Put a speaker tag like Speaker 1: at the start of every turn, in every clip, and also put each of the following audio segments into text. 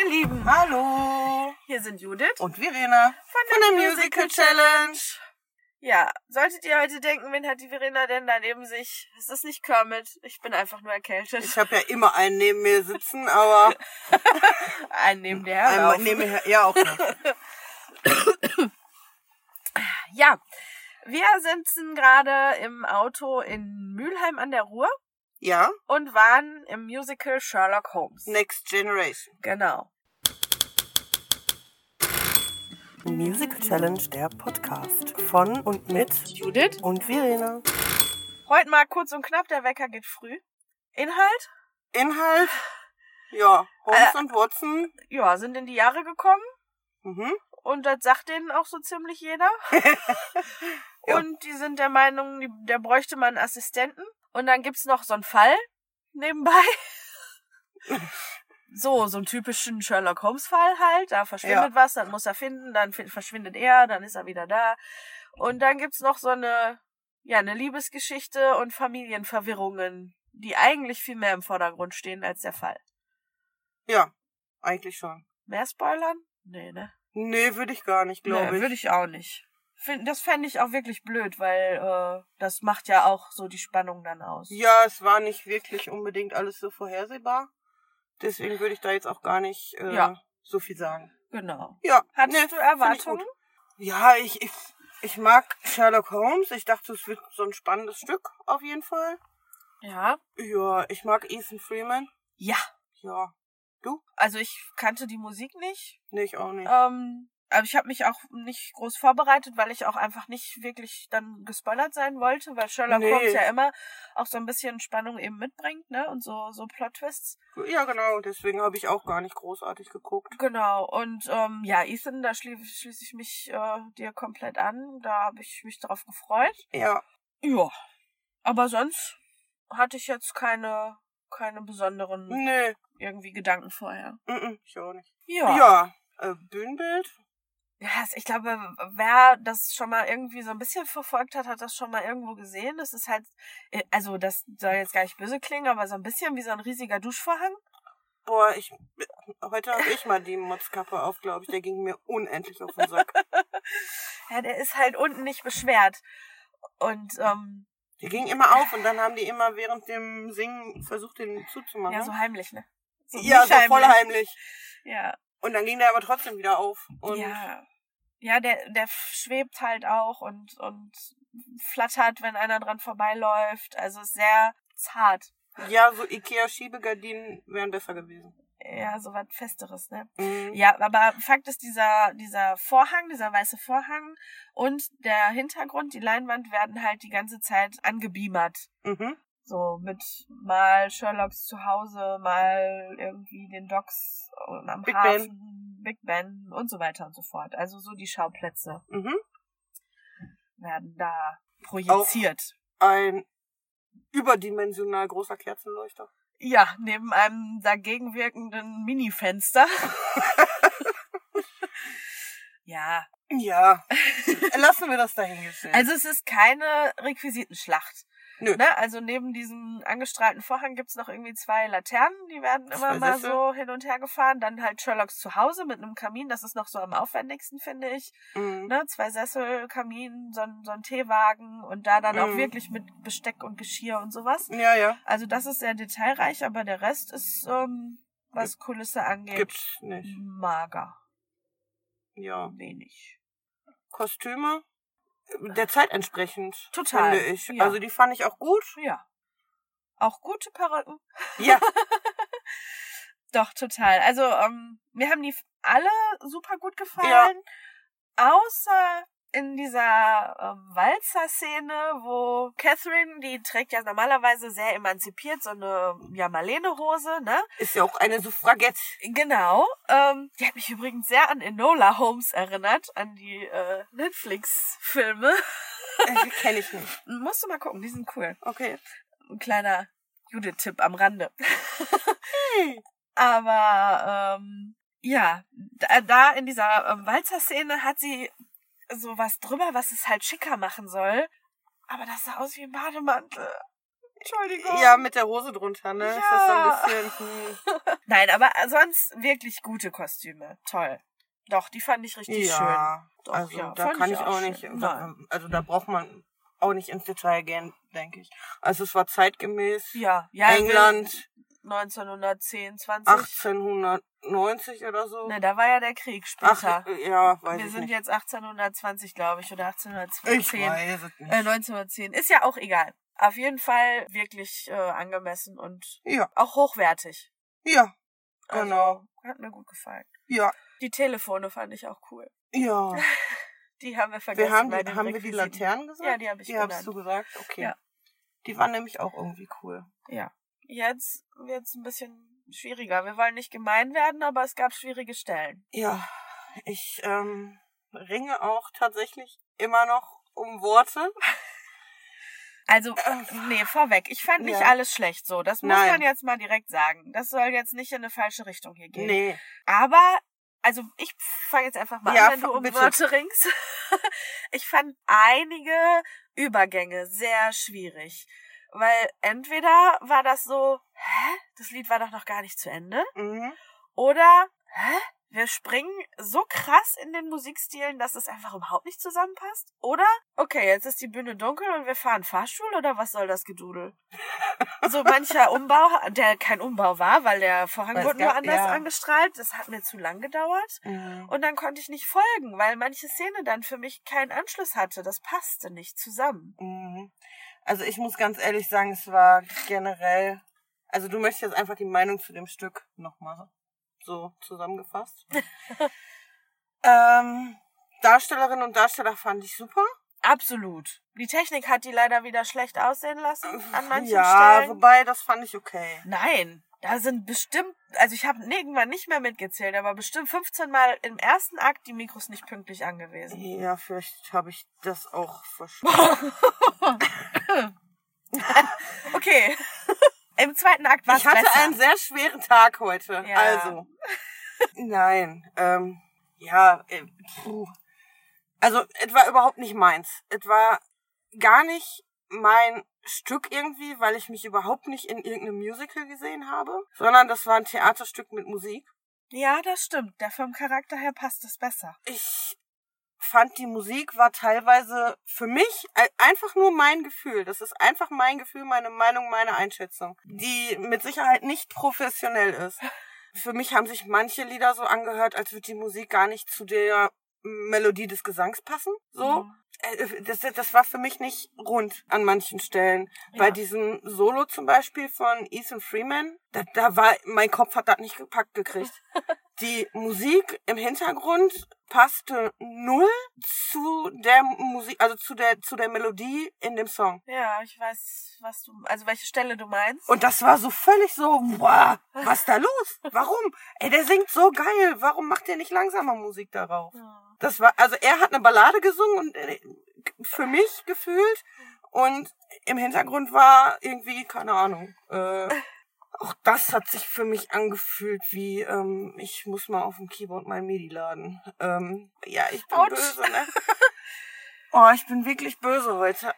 Speaker 1: ihr Lieben.
Speaker 2: Hallo
Speaker 1: Hier sind Judith
Speaker 2: und Verena
Speaker 1: von
Speaker 2: von der Musical Challenge.
Speaker 1: Ja, solltet ihr heute denken, wen hat die Verena denn daneben sich? Es ist nicht Kermit, ich bin einfach nur erkältet.
Speaker 2: Ich habe ja immer einen neben mir sitzen, aber
Speaker 1: Einen neben der
Speaker 2: einmal
Speaker 1: herlaufen.
Speaker 2: neben mir ja auch noch.
Speaker 1: Ja, wir sitzen gerade im Auto in Mülheim an der Ruhr
Speaker 2: Ja,
Speaker 1: und waren im Musical Sherlock Holmes.
Speaker 2: Next Generation.
Speaker 1: Genau.
Speaker 2: Musical Challenge, der Podcast von und mit
Speaker 1: Judith?
Speaker 2: und Verena.
Speaker 1: Heute mal kurz und knapp, der Wecker geht früh. Inhalt?
Speaker 2: Inhalt, ja, Holmes
Speaker 1: Äh.
Speaker 2: und Watson.
Speaker 1: Ja, sind in die Jahre gekommen.
Speaker 2: Mhm.
Speaker 1: Und das sagt denen auch so ziemlich jeder.
Speaker 2: Ja.
Speaker 1: Und die sind der Meinung, die, der bräuchte mal einen Assistenten. Und dann gibt's noch so einen Fall nebenbei. So, so einen typischen Sherlock Holmes Fall halt. Da verschwindet was, dann muss er finden, dann fin- verschwindet er, dann ist er wieder da. Und dann gibt's noch so eine, ja, eine Liebesgeschichte und Familienverwirrungen, die eigentlich viel mehr im Vordergrund stehen als der Fall.
Speaker 2: Ja, eigentlich schon.
Speaker 1: Mehr spoilern? Nee, ne?
Speaker 2: Nee, würde ich gar nicht, glaube ich.
Speaker 1: Würde ich auch nicht. Find, das fände ich auch wirklich blöd, weil äh, das macht ja auch so die Spannung dann aus.
Speaker 2: Ja, es war nicht wirklich unbedingt alles so vorhersehbar. Deswegen würde ich da jetzt auch gar nicht äh,
Speaker 1: Ja.
Speaker 2: so viel sagen.
Speaker 1: Genau.
Speaker 2: Ja.
Speaker 1: Hattest
Speaker 2: nee,
Speaker 1: du
Speaker 2: find ich
Speaker 1: Erwartungen?
Speaker 2: gut. Ja, ich, ich, ich mag Sherlock Holmes. Ich dachte, es wird so ein spannendes Stück auf jeden Fall.
Speaker 1: Ja.
Speaker 2: Ja, ich mag Ethan Freeman.
Speaker 1: Ja.
Speaker 2: Ja,
Speaker 1: Also ich kannte die Musik nicht.
Speaker 2: nee, ich auch nicht.
Speaker 1: Ähm, aber ich habe mich auch nicht groß vorbereitet, weil ich auch einfach nicht wirklich dann gespoilert sein wollte, weil Sherlock
Speaker 2: Nee.
Speaker 1: Holmes ja immer auch so ein bisschen Spannung eben mitbringt, ne? Und so, so Plot-Twists.
Speaker 2: Ja, genau. Deswegen habe ich auch gar nicht großartig geguckt.
Speaker 1: Genau, und ähm, ja, Ethan, da schlie schließe ich mich äh, dir komplett an. Da habe ich mich drauf gefreut.
Speaker 2: Ja,
Speaker 1: Ja. Aber sonst hatte ich jetzt keine, keine besonderen
Speaker 2: nee,
Speaker 1: irgendwie Gedanken vorher.
Speaker 2: mm, mm, ne, ich auch nicht.
Speaker 1: Ja.
Speaker 2: Ja, Äh, Bühnenbild.
Speaker 1: Ja, also ich glaube, wer das schon mal irgendwie so ein bisschen verfolgt hat, hat das schon mal irgendwo gesehen. Das ist halt, äh, also das soll jetzt gar nicht böse klingen, aber so ein bisschen wie so ein riesiger Duschvorhang.
Speaker 2: Boah, ich heute habe ich mal die Motzkappe auf, glaube ich. Der ging mir unendlich auf den Sack.
Speaker 1: Ja, der ist halt unten nicht beschwert. Und ähm,
Speaker 2: Die ging immer auf und dann haben die immer während dem Singen versucht, den zuzumachen.
Speaker 1: ja, so heimlich, ne? So
Speaker 2: Mhm. ja,
Speaker 1: nicht
Speaker 2: so voll heimlich.
Speaker 1: Ja.
Speaker 2: Und dann ging der aber trotzdem wieder auf. Und
Speaker 1: ja. Ja, der, der schwebt halt auch und, und flattert, wenn einer dran vorbeiläuft. Also ist sehr zart.
Speaker 2: ja, so Ikea-Schiebegardinen wären besser gewesen.
Speaker 1: Ja, so was Festeres, ne?
Speaker 2: Mhm.
Speaker 1: Ja, aber Fakt ist, dieser, dieser Vorhang, dieser weiße Vorhang und der Hintergrund, die Leinwand werden halt die ganze Zeit angebeamert.
Speaker 2: Mhm.
Speaker 1: So mit mal Sherlocks Zuhause, mal irgendwie den Docks und am
Speaker 2: Big Ben.
Speaker 1: Hafen, Big Ben und so weiter und so fort. Also so die Schauplätze.
Speaker 2: Mhm.
Speaker 1: werden da projiziert.
Speaker 2: Ein überdimensional großer Kerzenleuchter.
Speaker 1: Ja, neben einem dagegen wirkenden Minifenster. ja,
Speaker 2: Ja. Lassen wir das dahingestellt.
Speaker 1: also es ist keine Requisitenschlacht.
Speaker 2: Nö.
Speaker 1: Ne? Also neben diesem angestrahlten Vorhang gibt's noch irgendwie zwei Laternen, die werden immer
Speaker 2: Zwei
Speaker 1: mal
Speaker 2: Sessel.
Speaker 1: so hin und her gefahren. Dann halt Sherlocks Zuhause mit einem Kamin, das ist noch so am aufwendigsten, finde ich.
Speaker 2: mhm.
Speaker 1: ne, zwei Sessel, Kamin, so ein, so ein Teewagen und da dann auch
Speaker 2: Mhm.
Speaker 1: wirklich mit Besteck und Geschirr und sowas.
Speaker 2: Ja, ja.
Speaker 1: Also das ist sehr detailreich, aber der Rest ist, ähm, was Kulisse angeht,
Speaker 2: Gibt's nicht.
Speaker 1: mager,
Speaker 2: Ja.
Speaker 1: wenig.
Speaker 2: Kostüme der Zeit entsprechend.
Speaker 1: Total,
Speaker 2: Finde ich.
Speaker 1: ja.
Speaker 2: Also die fand ich auch gut.
Speaker 1: Ja. Auch gute Perücken.
Speaker 2: Ja.
Speaker 1: Doch, total. Also, ähm, mir haben die alle super gut gefallen. Außer in dieser ähm, Walzer-Szene, wo Catherine, die trägt ja normalerweise sehr emanzipiert, so eine ja, Marlene-Hose, ne?
Speaker 2: Ist ja auch eine Suffragette.
Speaker 1: Genau. Ähm, die hat mich übrigens sehr an Enola Holmes erinnert, an die äh, Netflix-Filme.
Speaker 2: Äh, Kenn ich nicht.
Speaker 1: Musst du mal gucken, die sind cool.
Speaker 2: Okay.
Speaker 1: Ein kleiner Judith-Tipp am Rande. Aber ähm, ja, da, da in dieser ähm, Walzer-Szene hat sie so was drüber, was es halt schicker machen soll. Aber das sah aus wie ein Bademantel. Entschuldigung.
Speaker 2: Ja, mit der Hose drunter, ne? Ist das so ein bisschen. Hm.
Speaker 1: Nein, aber sonst wirklich gute Kostüme. Toll. Doch, die fand ich richtig schön.
Speaker 2: ja,
Speaker 1: Doch,
Speaker 2: also
Speaker 1: ja,
Speaker 2: da
Speaker 1: fand
Speaker 2: kann
Speaker 1: ich
Speaker 2: ich
Speaker 1: auch
Speaker 2: auch, nicht,
Speaker 1: schön. Nein.
Speaker 2: also da braucht man auch nicht ins Detail gehen, denke ich. Also es war zeitgemäß.
Speaker 1: Ja, ja.
Speaker 2: England
Speaker 1: 1910, 20.
Speaker 2: 1890 oder so.
Speaker 1: Ne, da war ja der Krieg
Speaker 2: Ach,
Speaker 1: später.
Speaker 2: ja, weiß
Speaker 1: Wir
Speaker 2: ich
Speaker 1: sind
Speaker 2: nicht.
Speaker 1: jetzt 1820, glaube ich, oder
Speaker 2: Ich
Speaker 1: 1810.
Speaker 2: weiß es nicht.
Speaker 1: Äh, 1910. Ist ja auch egal. Auf jeden Fall wirklich äh, angemessen und
Speaker 2: ja,
Speaker 1: auch hochwertig.
Speaker 2: ja,
Speaker 1: Also,
Speaker 2: Genau.
Speaker 1: Hat mir gut gefallen.
Speaker 2: ja,
Speaker 1: Die Telefone fand ich auch cool.
Speaker 2: ja.
Speaker 1: Die haben wir vergessen.
Speaker 2: Wir haben,
Speaker 1: bei den
Speaker 2: haben wir die
Speaker 1: Requisiten.
Speaker 2: Laternen gesagt?
Speaker 1: Ja, die habe ich
Speaker 2: Die hast
Speaker 1: genannt.
Speaker 2: du gesagt? Okay.
Speaker 1: Ja.
Speaker 2: Die waren nämlich auch irgendwie cool.
Speaker 1: Ja. Jetzt wird's ein bisschen schwieriger. Wir wollen nicht gemein werden, aber es gab schwierige Stellen.
Speaker 2: Ja, ich ähm, ringe auch tatsächlich immer noch um Worte.
Speaker 1: Also, nee, vorweg. Ich fand nicht
Speaker 2: Ja.
Speaker 1: alles schlecht so. Das muss
Speaker 2: Nein.
Speaker 1: man jetzt mal direkt sagen. Das soll jetzt nicht in eine falsche Richtung hier gehen.
Speaker 2: Nee.
Speaker 1: Aber, also ich fange jetzt einfach mal
Speaker 2: Ja,
Speaker 1: an, wenn du um
Speaker 2: bitte.
Speaker 1: Wörter ringst. ich fand einige Übergänge sehr schwierig. Weil entweder war das so, hä? Das Lied war doch noch gar nicht zu Ende.
Speaker 2: Mhm.
Speaker 1: Oder, hä? Wir springen so krass in den Musikstilen, dass es einfach überhaupt nicht zusammenpasst. Oder, okay, jetzt ist die Bühne dunkel und wir fahren Fahrstuhl oder was soll das Gedudel? So mancher Umbau, der kein Umbau war, weil der Vorhang
Speaker 2: Weil es
Speaker 1: wurde nur
Speaker 2: gab-
Speaker 1: anders
Speaker 2: ja.
Speaker 1: angestrahlt. Das hat mir zu lang gedauert.
Speaker 2: Mhm.
Speaker 1: Und dann konnte ich nicht folgen, weil manche Szene dann für mich keinen Anschluss hatte. Das passte nicht zusammen.
Speaker 2: Mhm. Also ich muss ganz ehrlich sagen, es war generell. Also du möchtest jetzt einfach die Meinung zu dem Stück nochmal so zusammengefasst. ähm, Darstellerinnen und Darsteller fand ich super.
Speaker 1: Absolut. Die Technik hat die leider wieder schlecht aussehen lassen an manchen
Speaker 2: ja,
Speaker 1: Stellen.
Speaker 2: wobei das fand ich okay.
Speaker 1: Nein, da sind bestimmt, also ich habe irgendwann nicht mehr mitgezählt, aber bestimmt 15 Mal im ersten Akt die Mikros nicht pünktlich angewiesen.
Speaker 2: Ja, vielleicht habe ich das auch verstanden.
Speaker 1: Okay. Im zweiten Akt war es
Speaker 2: ich hatte
Speaker 1: besser.
Speaker 2: einen sehr schweren Tag heute.
Speaker 1: Ja.
Speaker 2: Also. Nein. Ähm, ja, äh, puh. Also, es war überhaupt nicht meins. Es war gar nicht mein Stück irgendwie, weil ich mich überhaupt nicht in irgendeinem Musical gesehen habe, sondern das war ein Theaterstück mit Musik.
Speaker 1: ja, das stimmt. Der vom Charakter her passt es besser.
Speaker 2: Ich fand, die Musik war teilweise für mich e- einfach nur mein Gefühl. Das ist einfach mein Gefühl, meine Meinung, meine Einschätzung, die mit Sicherheit nicht professionell ist. Für mich haben sich manche Lieder so angehört, als würde die Musik gar nicht zu der Melodie des Gesangs passen. So.
Speaker 1: Mhm.
Speaker 2: Äh, Das, das war für mich nicht rund an manchen Stellen. Bei
Speaker 1: Ja.
Speaker 2: diesem Solo zum Beispiel von Ethan Freeman, da, da war, mein Kopf hat das nicht gepackt gekriegt. Die Musik im Hintergrund passte null zu der Musik, also zu der, zu der Melodie in dem Song.
Speaker 1: Ja, ich weiß, was du, also welche Stelle du meinst.
Speaker 2: Und das war so völlig so, boah, was ist da los? Warum? Ey, der singt so geil. Warum macht der nicht langsamer Musik darauf?
Speaker 1: Ja.
Speaker 2: Das war, also er hat eine Ballade gesungen und äh, für mich gefühlt und im Hintergrund war irgendwie, keine Ahnung, äh, auch das hat sich für mich angefühlt wie, ähm, ich muss mal auf dem Keyboard mein MIDI laden. Ähm, ja, ich bin
Speaker 1: Autsch.
Speaker 2: böse, ne? Oh, ich bin wirklich böse heute.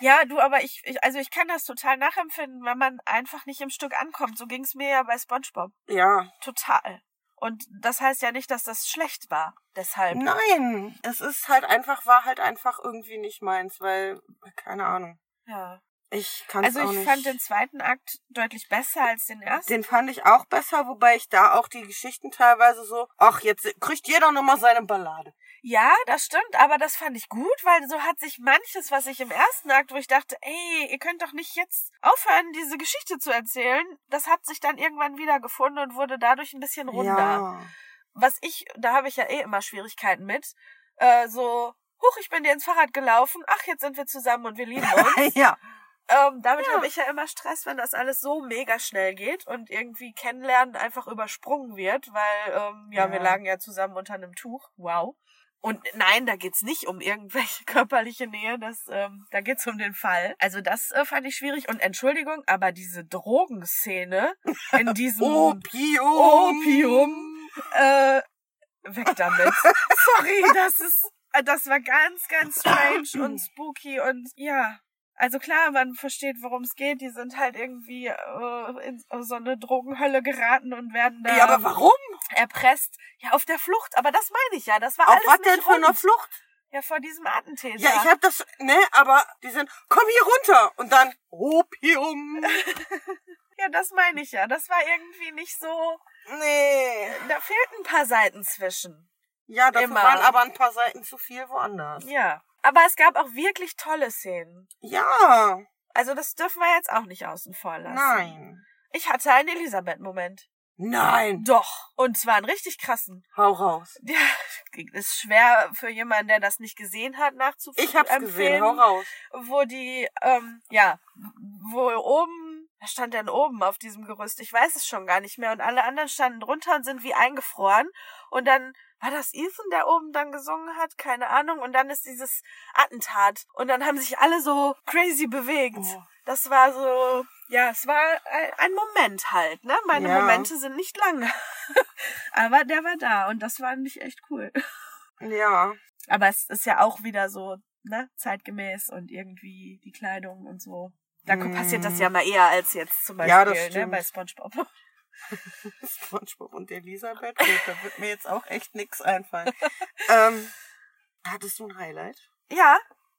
Speaker 1: Ja, du, aber ich, ich, also ich kann das total nachempfinden, wenn man einfach nicht im Stück ankommt. So ging's mir ja bei SpongeBob.
Speaker 2: Ja.
Speaker 1: Total. Und das heißt ja nicht, dass das schlecht war. Deshalb.
Speaker 2: Mhm. Nein, es ist halt einfach, war halt einfach irgendwie nicht meins, weil, keine Ahnung.
Speaker 1: Ja.
Speaker 2: Ich kann
Speaker 1: Also
Speaker 2: auch
Speaker 1: ich
Speaker 2: nicht.
Speaker 1: fand den zweiten Akt deutlich besser als den ersten.
Speaker 2: Den fand ich auch besser, wobei ich da auch die Geschichten teilweise so, ach, jetzt kriegt jeder nochmal seine Ballade.
Speaker 1: Ja, das stimmt, aber das fand ich gut, weil so hat sich manches, was ich im ersten Akt, wo ich dachte, ey, ihr könnt doch nicht jetzt aufhören, diese Geschichte zu erzählen, das hat sich dann irgendwann wieder gefunden und wurde dadurch ein bisschen runder. Was ich, da habe ich ja eh immer Schwierigkeiten mit, äh, so, huch, ich bin dir ins Fahrrad gelaufen, ach, jetzt sind wir zusammen und wir lieben uns.
Speaker 2: Ja. ja.
Speaker 1: Ähm, damit
Speaker 2: Ja.
Speaker 1: habe ich ja immer Stress, wenn das alles so mega schnell geht und irgendwie Kennenlernen einfach übersprungen wird, weil ähm, ja,
Speaker 2: Ja.
Speaker 1: wir lagen ja zusammen unter einem Tuch. Wow. Und nein, da geht's nicht um irgendwelche körperliche Nähe, das, ähm, da geht's um den Fall. Also das äh, fand ich schwierig und Entschuldigung, aber diese Drogenszene in diesem
Speaker 2: Oh, Opium.
Speaker 1: Hm. Opium. äh, weg damit. Sorry, das ist, äh, das war ganz, ganz strange und spooky und ja, Also klar, man versteht, worum es geht. Die sind halt irgendwie äh, in so eine Drogenhölle geraten und werden da
Speaker 2: Ja, aber warum?
Speaker 1: erpresst. Ja, auf der Flucht. Aber das meine ich ja. Das war
Speaker 2: Auf
Speaker 1: alles
Speaker 2: was
Speaker 1: nicht
Speaker 2: denn für
Speaker 1: rund.
Speaker 2: eine Flucht?
Speaker 1: Ja, vor diesem Attentäter.
Speaker 2: Ja, ich hab das, ne, aber die sind, komm hier runter und dann Opium.
Speaker 1: ja, das meine ich ja. Das war irgendwie nicht so.
Speaker 2: Nee.
Speaker 1: Da fehlten ein paar Seiten zwischen.
Speaker 2: Ja, dafür
Speaker 1: Immer.
Speaker 2: waren aber ein paar Seiten zu viel woanders.
Speaker 1: Ja. Aber es gab auch wirklich tolle Szenen.
Speaker 2: Ja,
Speaker 1: Also das dürfen wir jetzt auch nicht außen vor lassen.
Speaker 2: nein.
Speaker 1: Ich hatte einen Elisabeth-Moment.
Speaker 2: Nein.
Speaker 1: Doch. Und zwar einen richtig krassen.
Speaker 2: Hau raus.
Speaker 1: Ja, ist schwer für jemanden, der das nicht gesehen hat, nachzuvollziehen.
Speaker 2: Ich hab's gesehen, hau raus.
Speaker 1: Wo die, ähm, ja, wo oben, was stand denn oben auf diesem Gerüst? Ich weiß es schon gar nicht mehr. Und alle anderen standen drunter und sind wie eingefroren. Und dann war das Ethan, der oben dann gesungen hat? Keine Ahnung. Und dann ist dieses Attentat. Und dann haben sich alle so crazy bewegt.
Speaker 2: Oh.
Speaker 1: Das war so, ja, es war ein- ein Moment halt, ne? Meine
Speaker 2: Ja.
Speaker 1: Momente sind nicht lange. Aber der war da und das war nicht echt cool.
Speaker 2: Ja,
Speaker 1: Aber es ist ja auch wieder so, ne, zeitgemäß und irgendwie die Kleidung und so. Da
Speaker 2: Mm.
Speaker 1: passiert das ja mal eher als jetzt zum Beispiel
Speaker 2: Ja, das
Speaker 1: ne,
Speaker 2: stimmt.
Speaker 1: bei Spongebob.
Speaker 2: SpongeBob und Elisabeth, gut, da wird mir jetzt auch echt nix einfallen. ähm, hattest du ein Highlight?
Speaker 1: Ja,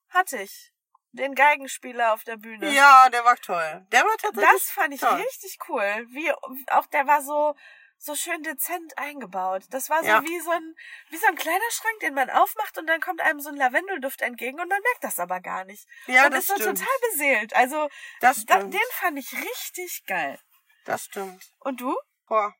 Speaker 1: hatte ich. Den Geigenspieler auf der Bühne.
Speaker 2: Ja, der war toll. Der war tatsächlich.
Speaker 1: Das fand ich
Speaker 2: toll.
Speaker 1: richtig cool. Wie auch der war so so schön dezent eingebaut. Das war so
Speaker 2: Ja.
Speaker 1: wie so ein wie so ein Kleiderschrank, den man aufmacht und dann kommt einem so ein Lavendelduft entgegen und man merkt das aber gar nicht.
Speaker 2: ja,
Speaker 1: und
Speaker 2: das
Speaker 1: ist dann
Speaker 2: stimmt.
Speaker 1: total beseelt. Also
Speaker 2: das
Speaker 1: da,
Speaker 2: stimmt.
Speaker 1: den fand ich richtig geil.
Speaker 2: das stimmt.
Speaker 1: Und du?
Speaker 2: Boah.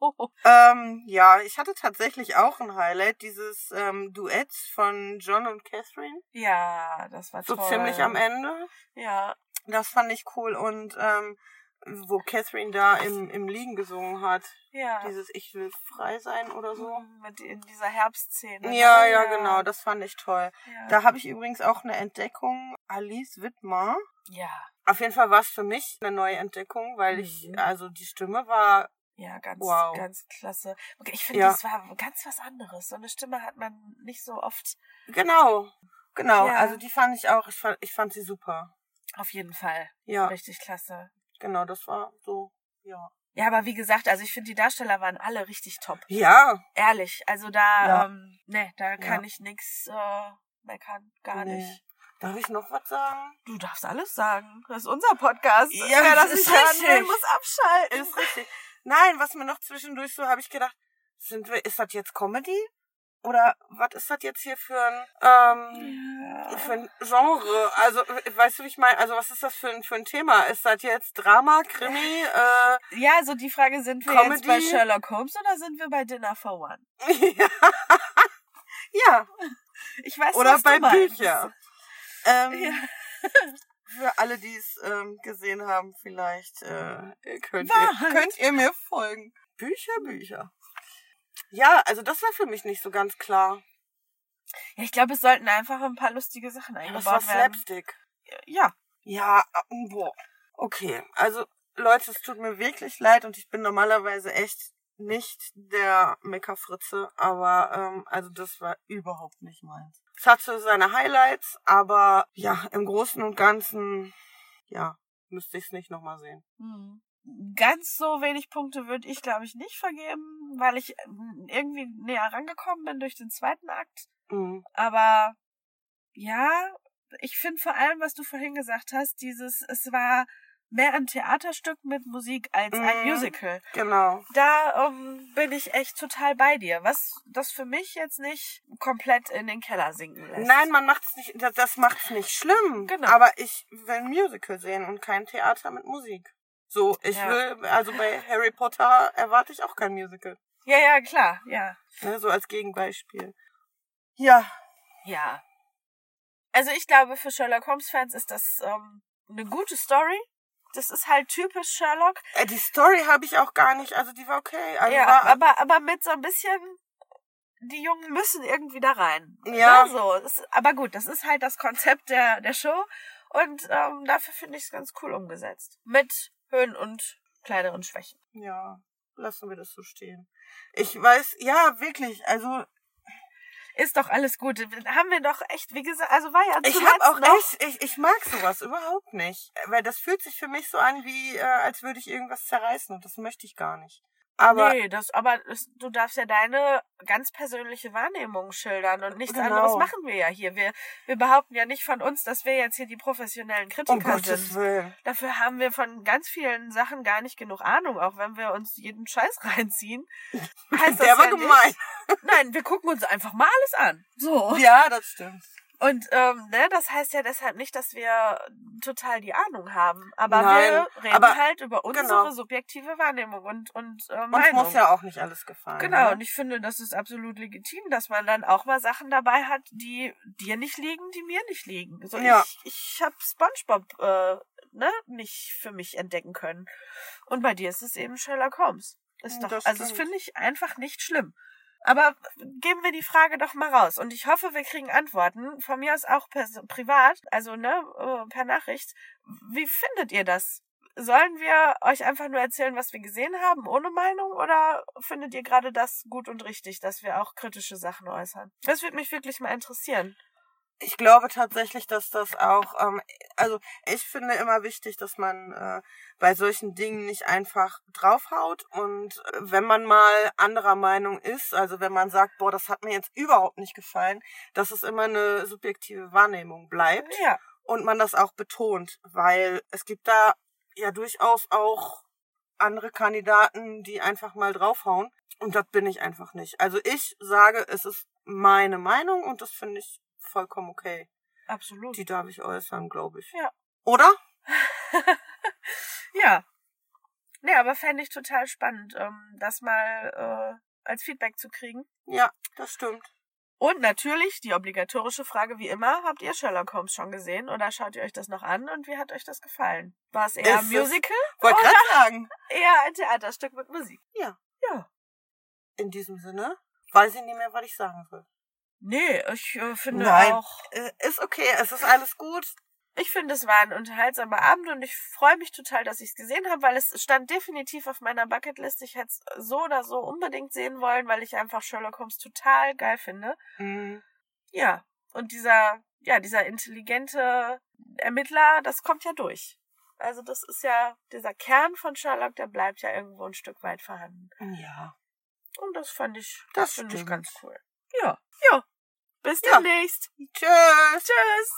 Speaker 1: Hohoho.
Speaker 2: Ähm, ja, ich hatte tatsächlich auch ein Highlight, dieses ähm, Duett von John und Catherine.
Speaker 1: Ja, das war
Speaker 2: So
Speaker 1: toll.
Speaker 2: ziemlich am Ende.
Speaker 1: Ja,
Speaker 2: Das fand ich cool. Und ähm, wo Catherine da im, im Liegen gesungen hat.
Speaker 1: ja. Mhm,
Speaker 2: Dieses Ich will frei sein oder so.
Speaker 1: Mit in dieser Herbstszene.
Speaker 2: Ja, ja, genau. Das fand ich toll.
Speaker 1: ja.
Speaker 2: Da habe ich übrigens auch eine Entdeckung. Alice Wittmer.
Speaker 1: ja,
Speaker 2: Auf jeden Fall war es für mich eine neue Entdeckung, weil ich,
Speaker 1: Mhm.
Speaker 2: also die Stimme war,
Speaker 1: Ja, ganz,
Speaker 2: Wow.
Speaker 1: ganz klasse. Okay, Ich finde,
Speaker 2: Ja.
Speaker 1: das war ganz was anderes. So eine Stimme hat man nicht so oft.
Speaker 2: genau, genau,
Speaker 1: Ja.
Speaker 2: also die fand ich auch, ich fand, ich fand sie super.
Speaker 1: Auf jeden Fall.
Speaker 2: Ja,
Speaker 1: Richtig klasse.
Speaker 2: genau, das war so, ja.
Speaker 1: Ja, aber wie gesagt, also ich finde, die Darsteller waren alle richtig top.
Speaker 2: Ja,
Speaker 1: Ehrlich. Also da,
Speaker 2: Ja.
Speaker 1: ähm, ne, da kann
Speaker 2: Ja.
Speaker 1: ich nix äh, meckern. Gar
Speaker 2: Nee.
Speaker 1: nicht.
Speaker 2: darf ich noch was sagen?
Speaker 1: Du darfst alles sagen. Das ist unser Podcast.
Speaker 2: Ja,
Speaker 1: Wer
Speaker 2: das
Speaker 1: das
Speaker 2: ist halt
Speaker 1: nicht hören will,
Speaker 2: richtig.
Speaker 1: muss abschalten.
Speaker 2: Ist richtig. Nein, was mir noch zwischendurch so, habe ich gedacht, sind wir, ist das jetzt Comedy? Oder was ist das jetzt hier für ein,
Speaker 1: Mhm.
Speaker 2: ähm, für
Speaker 1: Ja.
Speaker 2: ein Genre? Also, weißt du, wie ich meine? Also, was ist das für ein, für ein Thema? Ist das jetzt Drama, Krimi? Äh,
Speaker 1: ja, also die Frage, sind wir jetzt
Speaker 2: Comedy?
Speaker 1: bei Sherlock Holmes oder sind wir bei Dinner for One?
Speaker 2: ja. ja,
Speaker 1: Ich weiß
Speaker 2: oder
Speaker 1: was
Speaker 2: bei
Speaker 1: du meinst.
Speaker 2: Bücher. Ähm,
Speaker 1: Ja.
Speaker 2: Für alle, die es ähm, gesehen haben, vielleicht äh, könnt, ihr,
Speaker 1: Wahrheit.
Speaker 2: könnt ihr mir folgen. Bücher, Bücher. Ja, also das war für mich nicht so ganz klar.
Speaker 1: Ja, ich glaube, es sollten einfach ein paar lustige Sachen
Speaker 2: Das
Speaker 1: eingebaut
Speaker 2: war
Speaker 1: werden.
Speaker 2: Slapstick.
Speaker 1: Ja,
Speaker 2: äh, Ja, ähm, boah. Okay, also Leute, es tut mir wirklich leid und ich bin normalerweise echt nicht der Meckerfritze, aber ähm, also das war überhaupt nicht meins. Es hatte seine Highlights, aber ja, im Großen und Ganzen, ja, müsste ich es nicht nochmal sehen.
Speaker 1: hm. ganz so wenig Punkte würde ich, glaube ich, nicht vergeben, weil ich ähm, irgendwie näher rangekommen bin durch den zweiten Akt.
Speaker 2: Mhm.
Speaker 1: Aber ja, ich finde vor allem, was du vorhin gesagt hast, dieses, es war mehr ein Theaterstück mit Musik als ein
Speaker 2: Mhm.
Speaker 1: Musical.
Speaker 2: Genau.
Speaker 1: Da ähm, bin ich echt total bei dir, was das für mich jetzt nicht komplett in den Keller sinken lässt.
Speaker 2: Nein, man macht's nicht, das, das macht's nicht schlimm.
Speaker 1: Genau.
Speaker 2: Aber ich will ein Musical sehen und kein Theater mit Musik. So, ich
Speaker 1: Ja.
Speaker 2: will, also bei Harry Potter erwarte ich auch kein Musical.
Speaker 1: Ja, ja, klar, ja.
Speaker 2: Ne, so als Gegenbeispiel. Ja.
Speaker 1: Ja. Also ich glaube, für Sherlock Holmes-Fans ist das ähm, eine gute Story. Das ist halt typisch Sherlock.
Speaker 2: Äh, die Story habe ich auch gar nicht, also die war okay. Also
Speaker 1: ja,
Speaker 2: war,
Speaker 1: aber, aber mit so ein bisschen, die Jungen müssen irgendwie da rein.
Speaker 2: Ja.
Speaker 1: Ne, so. Das, aber gut, das ist halt das Konzept der, der Show. Und ähm, dafür finde ich es ganz cool umgesetzt. Mit Höhen und kleineren Schwächen.
Speaker 2: ja, lassen wir das so stehen. Ich weiß, ja, wirklich, also
Speaker 1: Ist doch alles gut. Haben wir doch echt, wie gesagt, also war ja
Speaker 2: Ich
Speaker 1: zuletzt
Speaker 2: habe auch
Speaker 1: noch,
Speaker 2: echt, ich, ich mag sowas überhaupt nicht. Weil das fühlt sich für mich so an, wie äh, als würde ich irgendwas zerreißen und das möchte ich gar nicht. Aber
Speaker 1: nee, das, aber es- du darfst ja deine ganz persönliche Wahrnehmung schildern und nichts
Speaker 2: Genau.
Speaker 1: anderes machen wir ja hier. Wir, wir behaupten ja nicht von uns, dass wir jetzt hier die professionellen Kritiker
Speaker 2: um Gottes
Speaker 1: sind.
Speaker 2: Willen.
Speaker 1: Dafür haben wir von ganz vielen Sachen gar nicht genug Ahnung, auch wenn wir uns jeden Scheiß reinziehen. Heißt das
Speaker 2: Der war
Speaker 1: ja
Speaker 2: gemein.
Speaker 1: Nicht, nein, wir gucken uns einfach mal alles an. So.
Speaker 2: Ja, das stimmt.
Speaker 1: Und ähm, ne, das heißt ja deshalb nicht, dass wir total die Ahnung haben. Aber
Speaker 2: Nein,
Speaker 1: wir reden
Speaker 2: aber-
Speaker 1: halt über unsere
Speaker 2: genau.
Speaker 1: subjektive Wahrnehmung und, und äh,
Speaker 2: Uns
Speaker 1: Meinung.
Speaker 2: muss ja auch nicht alles gefallen.
Speaker 1: Genau, und
Speaker 2: Ne?
Speaker 1: ich finde, das ist absolut legitim, dass man dann auch mal Sachen dabei hat, die dir nicht liegen, die mir nicht liegen. So,
Speaker 2: Ja.
Speaker 1: ich, ich habe Spongebob äh, ne, nicht für mich entdecken können. Und bei dir ist es eben Sherlock Holmes. Ist doch,
Speaker 2: Das
Speaker 1: also das
Speaker 2: stimmt.
Speaker 1: finde ich einfach nicht schlimm. Aber geben wir die Frage doch mal raus. Und ich hoffe, wir kriegen Antworten. Von mir aus auch pers- privat, also ne, äh, per Nachricht. Wie findet ihr das? Sollen wir euch einfach nur erzählen, was wir gesehen haben, ohne Meinung? Oder findet ihr gerade das gut und richtig, dass wir auch kritische Sachen äußern? Das würde mich wirklich mal interessieren.
Speaker 2: Ich glaube tatsächlich, dass das auch, ähm, also ich finde immer wichtig, dass man äh, bei solchen Dingen nicht einfach draufhaut und äh, wenn man mal anderer Meinung ist, also wenn man sagt, boah, das hat mir jetzt überhaupt nicht gefallen, dass es immer eine subjektive Wahrnehmung bleibt
Speaker 1: Ja,
Speaker 2: und man das auch betont, weil es gibt da ja durchaus auch andere Kandidaten, die einfach mal draufhauen und das bin ich einfach nicht. Also ich sage, es ist meine Meinung und das finde ich vollkommen okay.
Speaker 1: absolut.
Speaker 2: Die darf ich äußern, glaube ich.
Speaker 1: Ja.
Speaker 2: Oder?
Speaker 1: Ja. Nee, aber fände ich total spannend, ähm, das mal äh, als Feedback zu kriegen.
Speaker 2: Ja, das stimmt.
Speaker 1: Und natürlich die obligatorische Frage wie immer, habt ihr Sherlock Holmes schon gesehen oder schaut ihr euch das noch an und wie hat euch das gefallen? War es eher
Speaker 2: Ist
Speaker 1: ein
Speaker 2: es-
Speaker 1: Musical,
Speaker 2: Wollte
Speaker 1: Oder?
Speaker 2: gerade sagen.
Speaker 1: eher ein Theaterstück mit Musik?
Speaker 2: In diesem Sinne weiß ich nicht mehr, was ich sagen will.
Speaker 1: Nee, ich äh, finde
Speaker 2: Nein.
Speaker 1: auch,
Speaker 2: Äh, Ist okay, es ist alles gut.
Speaker 1: ich finde es war ein unterhaltsamer Abend und ich freue mich total, dass ich es gesehen habe, weil es stand definitiv auf meiner Bucketlist. Ich hätte es so oder so unbedingt sehen wollen, weil ich einfach Sherlock Holmes total geil finde.
Speaker 2: Mhm.
Speaker 1: Ja, und dieser, ja, dieser intelligente Ermittler, das kommt ja durch. Also das ist ja, dieser Kern von Sherlock, der bleibt ja irgendwo ein Stück weit vorhanden.
Speaker 2: Ja.
Speaker 1: Und das fand ich,
Speaker 2: Das
Speaker 1: das finde ich
Speaker 2: stimmt.
Speaker 1: ganz cool. Ja. Ja. Bis
Speaker 2: Ja.
Speaker 1: demnächst.
Speaker 2: Tschüss.
Speaker 1: Tschüss.